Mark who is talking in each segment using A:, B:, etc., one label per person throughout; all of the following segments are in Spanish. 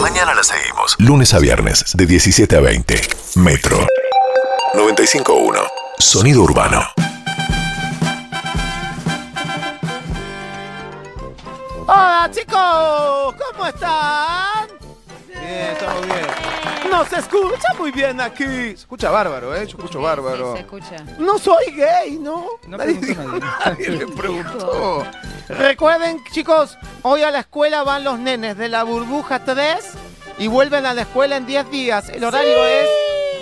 A: Mañana la seguimos. Lunes a viernes, de 17 a 20. Metro. 95.1. Sonido urbano.
B: Hola chicos, ¿cómo están?
C: Bien, estamos bien.
B: Nos escucha muy bien aquí.
C: Se escucha bárbaro, ¿eh? Yo escucho bárbaro.
D: Sí, se escucha.
B: No soy gay, ¿no?
C: No
B: Nadie
C: preguntó
B: dijo
C: nadie.
B: nadie.
C: le preguntó.
B: Recuerden chicos, hoy a la escuela van los nenes de la burbuja 3 y vuelven a la escuela en 10 días. El horario es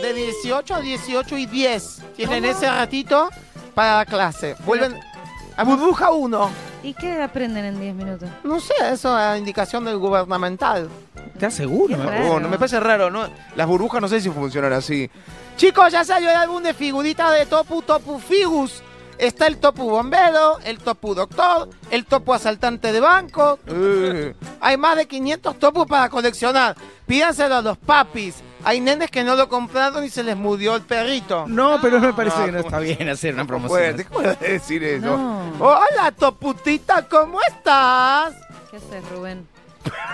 B: de 18 a 18 y 10. Tienen ese ratito para la clase. Vuelven a burbuja 1.
D: ¿Y qué aprenden en 10 minutos?
B: No sé, eso es indicación del gubernamental.
C: ¿Estás seguro?
D: Qué
C: Oh,
D: raro.
C: no me parece raro, ¿no? Las burbujas no sé si funcionan así.
B: Chicos, ya salió el álbum de figuritas de Topu Topu Figus. Está el Topu Bombero, el Topu Doctor, el Topu Asaltante de Banco.
C: Eh,
B: Hay más de 500 Topus para coleccionar. Pídanselo a los papis. Hay nenes que no lo compraron y se les murió el perrito.
E: No, pero me parece
C: No,
E: que no
C: ¿cómo
E: está bien hacer una promoción.
C: fuerte, ¿cómo le vas a decir eso?
D: No.
B: Hola, Toputita, ¿cómo estás?
D: ¿Qué haces, Rubén?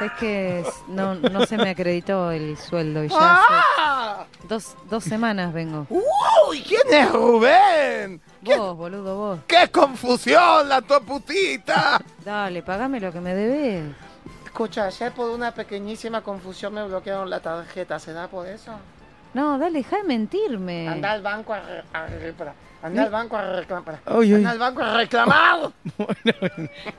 D: Es que s- no, no se me acreditó el sueldo y ya hace
B: ¡Ah!
D: dos, dos semanas vengo.
B: ¡Uy! ¿Quién es Rubén?
D: Vos, boludo, vos.
C: ¡Qué confusión la toputita!
D: Dale, pagame lo que me debes.
B: Escucha, ayer por una pequeñísima confusión me bloquearon la tarjeta. ¿Se da por eso?
D: No, dale, deja de
E: Eh.
D: mentirme.
B: Anda al banco a, re- a re- para. Anda al banco a reclamar.
E: Ay, ay.
B: Anda al banco a reclamar.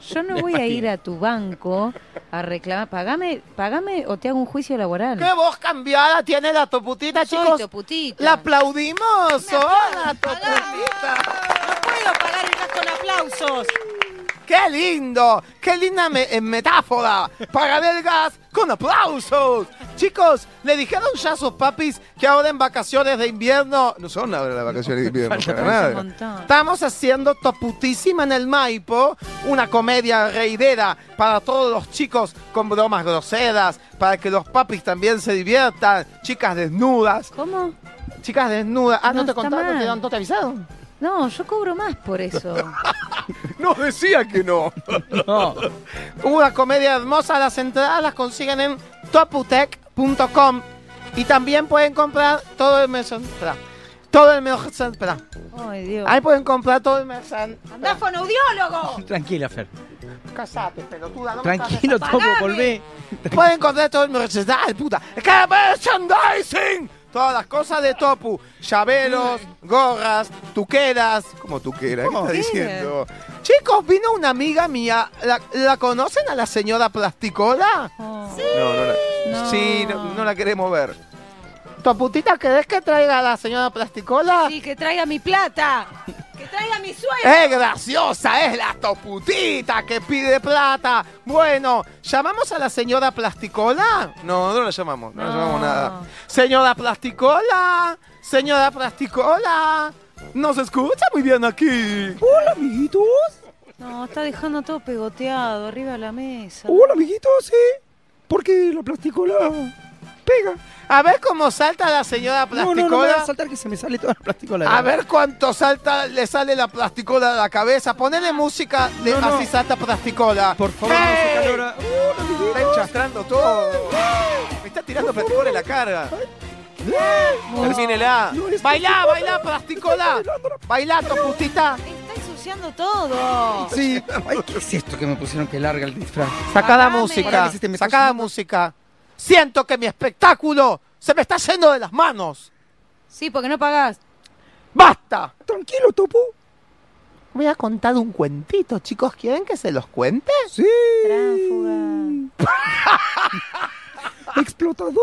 D: Yo no voy a ir a tu banco a reclamar. Pagame, pagame o te hago un juicio laboral.
B: ¡Qué voz cambiada tiene la toputita,
D: Soy
B: chicos!
D: toputita.
B: ¡La aplaudimos! ¡Hola,
F: No
B: toputita!
F: puedo pagar estas con aplausos.
B: ¡Qué lindo! ¡Qué linda me- eh, metáfora! Pagaré el gas con aplausos. Chicos, le dijeron ya a sus papis que ahora en vacaciones de invierno
C: No son ahora las vacaciones de invierno, para
D: Es un
C: nada.
D: montón.
B: Estamos haciendo Toputísima en el Maipo, una comedia reidera para todos los chicos con bromas groseras, para que los papis también se diviertan, chicas desnudas,
D: ¿Cómo?
B: chicas desnudas. Ah, no,
D: No,
B: te
D: está
B: contaron,
D: mal.
B: ¿Te- no te avisaron.
D: No, yo cobro más por eso.
C: No decía que no.
E: No,
B: Una comedia hermosa, las entradas las consiguen en toputec.com y también pueden comprar todo el mesón. espera, Todo el mesón. espera.
D: Ay, Dios.
B: Ahí pueden comprar todo el mesón.
F: Andá fonoaudiólogo.
E: tranquila, Fer.
B: Casate, pelotuda. no me estás
E: Tranquilo, Topo,
F: apagame.
E: volvé.
B: Pueden encontrar todo el merchandising, puta. ¡Qué merchandising! Todas las cosas de Topu. Llaveros, gorras, tuqueras.
C: Como tú quieras, ¿qué
E: ¿Cómo?
C: estás
D: ¿Qué?
C: diciendo?
B: Chicos, vino una amiga mía. ¿La, la conocen a la señora Plasticola?
D: Oh.
C: No, no la.
D: No.
C: Sí, no, no la queremos ver.
B: Toputita, ¿querés que traiga a la señora Plasticola?
F: Sí, que traiga mi plata. Que traiga mi sueldo.
B: ¡Es graciosa! ¡Es la toputita que pide plata! Bueno, ¿llamamos a la señora Plasticola?
C: No, no la llamamos, no, la llamamos nada.
B: Señora Plasticola, señora Plasticola, nos escucha muy bien aquí.
E: Hola, amiguitos.
D: No, está dejando todo pegoteado arriba de la mesa.
E: Hola, amiguitos, ¿eh? Porque la plasticola pega.
B: A ver cómo salta la señora
E: No, no, no me
B: plasticola.
E: va a saltar que se me sale toda la plasticola.
B: a ver cuánto salta, le sale la plasticola de la cabeza. Ponele música de
E: No, no.
B: así salta plasticola.
E: Por favor, no se
B: ¡Hey!
E: calora. Hola,
C: Está
E: amiguitos.
C: enchastrando todo. Me está tirando plasticola en la cara. Termínela.
E: No les-
B: Bailá, bailá, plasticola. Bailá, toputita.
F: Está ensuciando todo.
E: Sí. Ay, ¿qué es esto que me pusieron que larga el disfraz?
B: Saca la
F: Apagame.
B: música,
E: Pará, que se te me está
B: saca la
E: yendo.
B: música. Siento que mi espectáculo se me está yendo de las manos.
D: Sí, porque no pagás.
B: ¡Basta!
E: Tranquilo, Topo.
B: Voy a contar un cuentito, chicos. ¿Quieren que se los cuente?
E: Sí.
D: Tránfuga.
E: Explotador.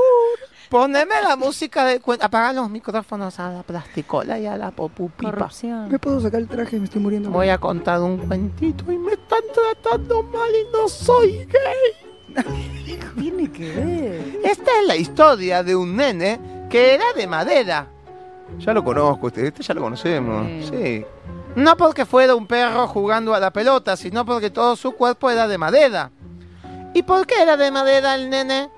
B: Poneme la música de cuento. Apaga los micrófonos a la plasticola y a la popupipa.
E: ¿Me
D: Corrupción.
E: puedo sacar el traje? Me estoy muriendo.
B: Voy a contar un cuentito y me están tratando mal y no soy gay.
D: Tiene que ver.
B: Esta es la historia de un nene que era de madera.
C: Ya lo conozco, este, este ya lo conocemos. Sí.
B: No porque fuera un perro jugando a la pelota, sino porque todo su cuerpo era de madera. ¿Y por qué era de madera el nene?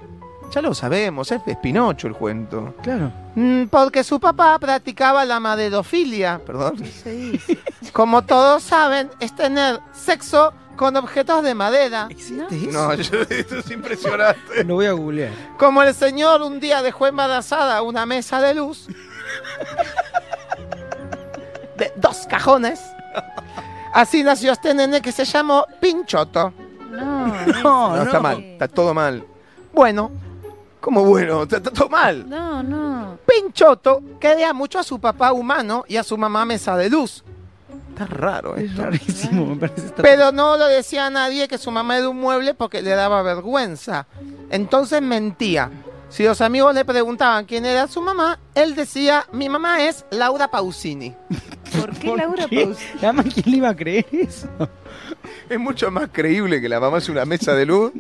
C: Ya lo sabemos, es, es Pinocho el cuento.
E: Claro.
B: Mm, Porque su papá practicaba la maderofilia.
C: Perdón.
D: ¿Qué se dice?
B: Como todos saben, es tener sexo con objetos de madera,
E: ¿Existe
C: No, yo, esto es impresionante.
E: Lo voy a googlear.
B: como el señor un día dejó embarazada una mesa de luz de dos cajones. Así nació este nene que se llamó Pinchoto.
D: No,
E: Ah,
C: No, está mal, está todo mal.
B: Bueno,
C: ¿Cómo bueno? Está, está todo mal.
D: No, no.
B: Pinchoto quería mucho a su papá humano y a su mamá mesa de luz.
C: Está raro, ¿eh?
E: Es rarísimo, me parece. Está...
B: Pero no lo decía a nadie que su mamá era un mueble porque le daba vergüenza. Entonces mentía. Si los amigos le preguntaban quién era su mamá, él decía, mi mamá es Laura Pausini.
D: ¿Por qué Laura
E: ¿Qué?
D: Pausini?
E: Además, ¿quién le iba a creer eso?
C: Es mucho más creíble que la mamá es una mesa de luz.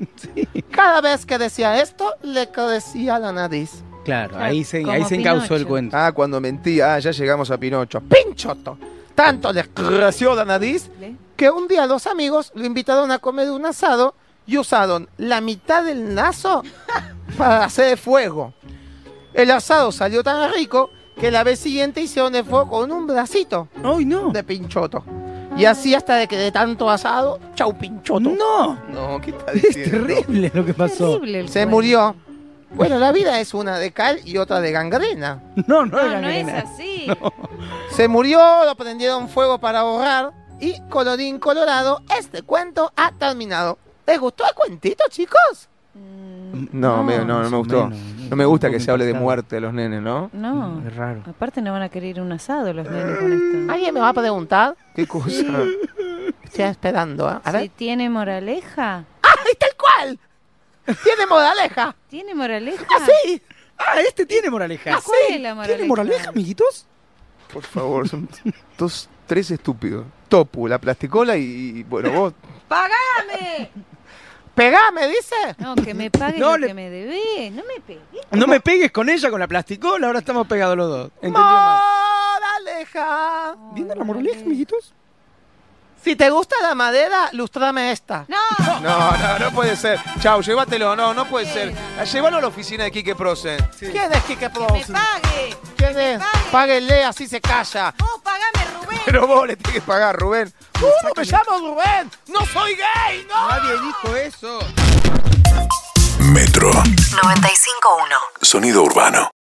B: Cada vez que decía esto, le crecía la nariz.
E: Claro, ahí se,
D: Como
E: ahí se encausó el
D: Pinocho.
E: cuento.
C: Ah, cuando mentía. Ah, ya llegamos a Pinocho.
B: Pinchoto. Tanto le creció la nariz
F: ¿Le?
B: que un día los amigos lo invitaron a comer un asado y usaron la mitad del nazo para hacer fuego. El asado salió tan rico que la vez siguiente hicieron el fuego con un bracito
E: ¡Ay, no!
B: de pinchoto. Y así hasta de que de tanto asado, chau pinchoto.
E: ¡No!
C: No, ¿qué está
E: Es
C: diciendo?
E: terrible lo que pasó.
D: Terrible el
B: Se
D: cuento.
B: murió. Bueno, la vida es una de cal y otra de gangrena.
E: No, no,
F: No,
E: era
F: no es
E: nena.
F: así.
B: Se murió, lo prendieron fuego para ahorrar y colorín colorado, este cuento ha terminado. ¿Les gustó el cuentito, chicos?
D: Mm,
C: No, me- no, no
E: más
C: me
E: o
C: gustó.
E: menos.
C: No me gusta que se hable de
E: Impactado.
C: muerte de los nenes, ¿no?
D: No.
E: Es raro.
D: Aparte no van a querer un asado los nenes con esto.
B: ¿Alguien me va a preguntar?
C: ¿Qué cosa?
B: Estoy esperando, ¿eh? A ver.
D: Si tiene moraleja,
B: ¡Ah, es tal cual! ¡Tiene modaleja!
D: ¿tiene moraleja?
B: ¡Así!
E: Ah, este tiene moraleja.
D: ¿Cuál es la
E: ¿Tiene
D: moraleja?
E: moraleja, amiguitos?
C: Por favor, son dos, tres estúpidos. Topu, la plasticola y, y, bueno, vos.
F: ¡Pagame!
B: ¡Pegame, dice!
D: No, que me pague
E: No,
D: lo
E: le-
D: que me debes. No me pegues.
E: No me pegues con ella, con la plasticola. Ahora estamos pegados los dos. Entendió mal.
B: ¡Modaleja!
E: ¿Entienden la moraleja, amiguitos?
B: Si te gusta la madera, lustrame esta.
F: ¡No!
C: No, no, no puede ser. Chau, llévatelo. No, no puede ser. Llévalo a la oficina de Quique Prosen.
B: ¿Quién es Kike Pro?
F: ¡Me pague!
B: ¿Quién es?
F: pague.
B: Páguenle, así se calla.
F: ¡Vos pagame, Rubén!
C: Pero vos le tenés que pagar, Rubén.
B: ¡Uh, no me llamo Rubén! ¡No soy gay! ¡No!
E: dijo eso.
A: Metro.
G: 95.1.
A: Sonido urbano.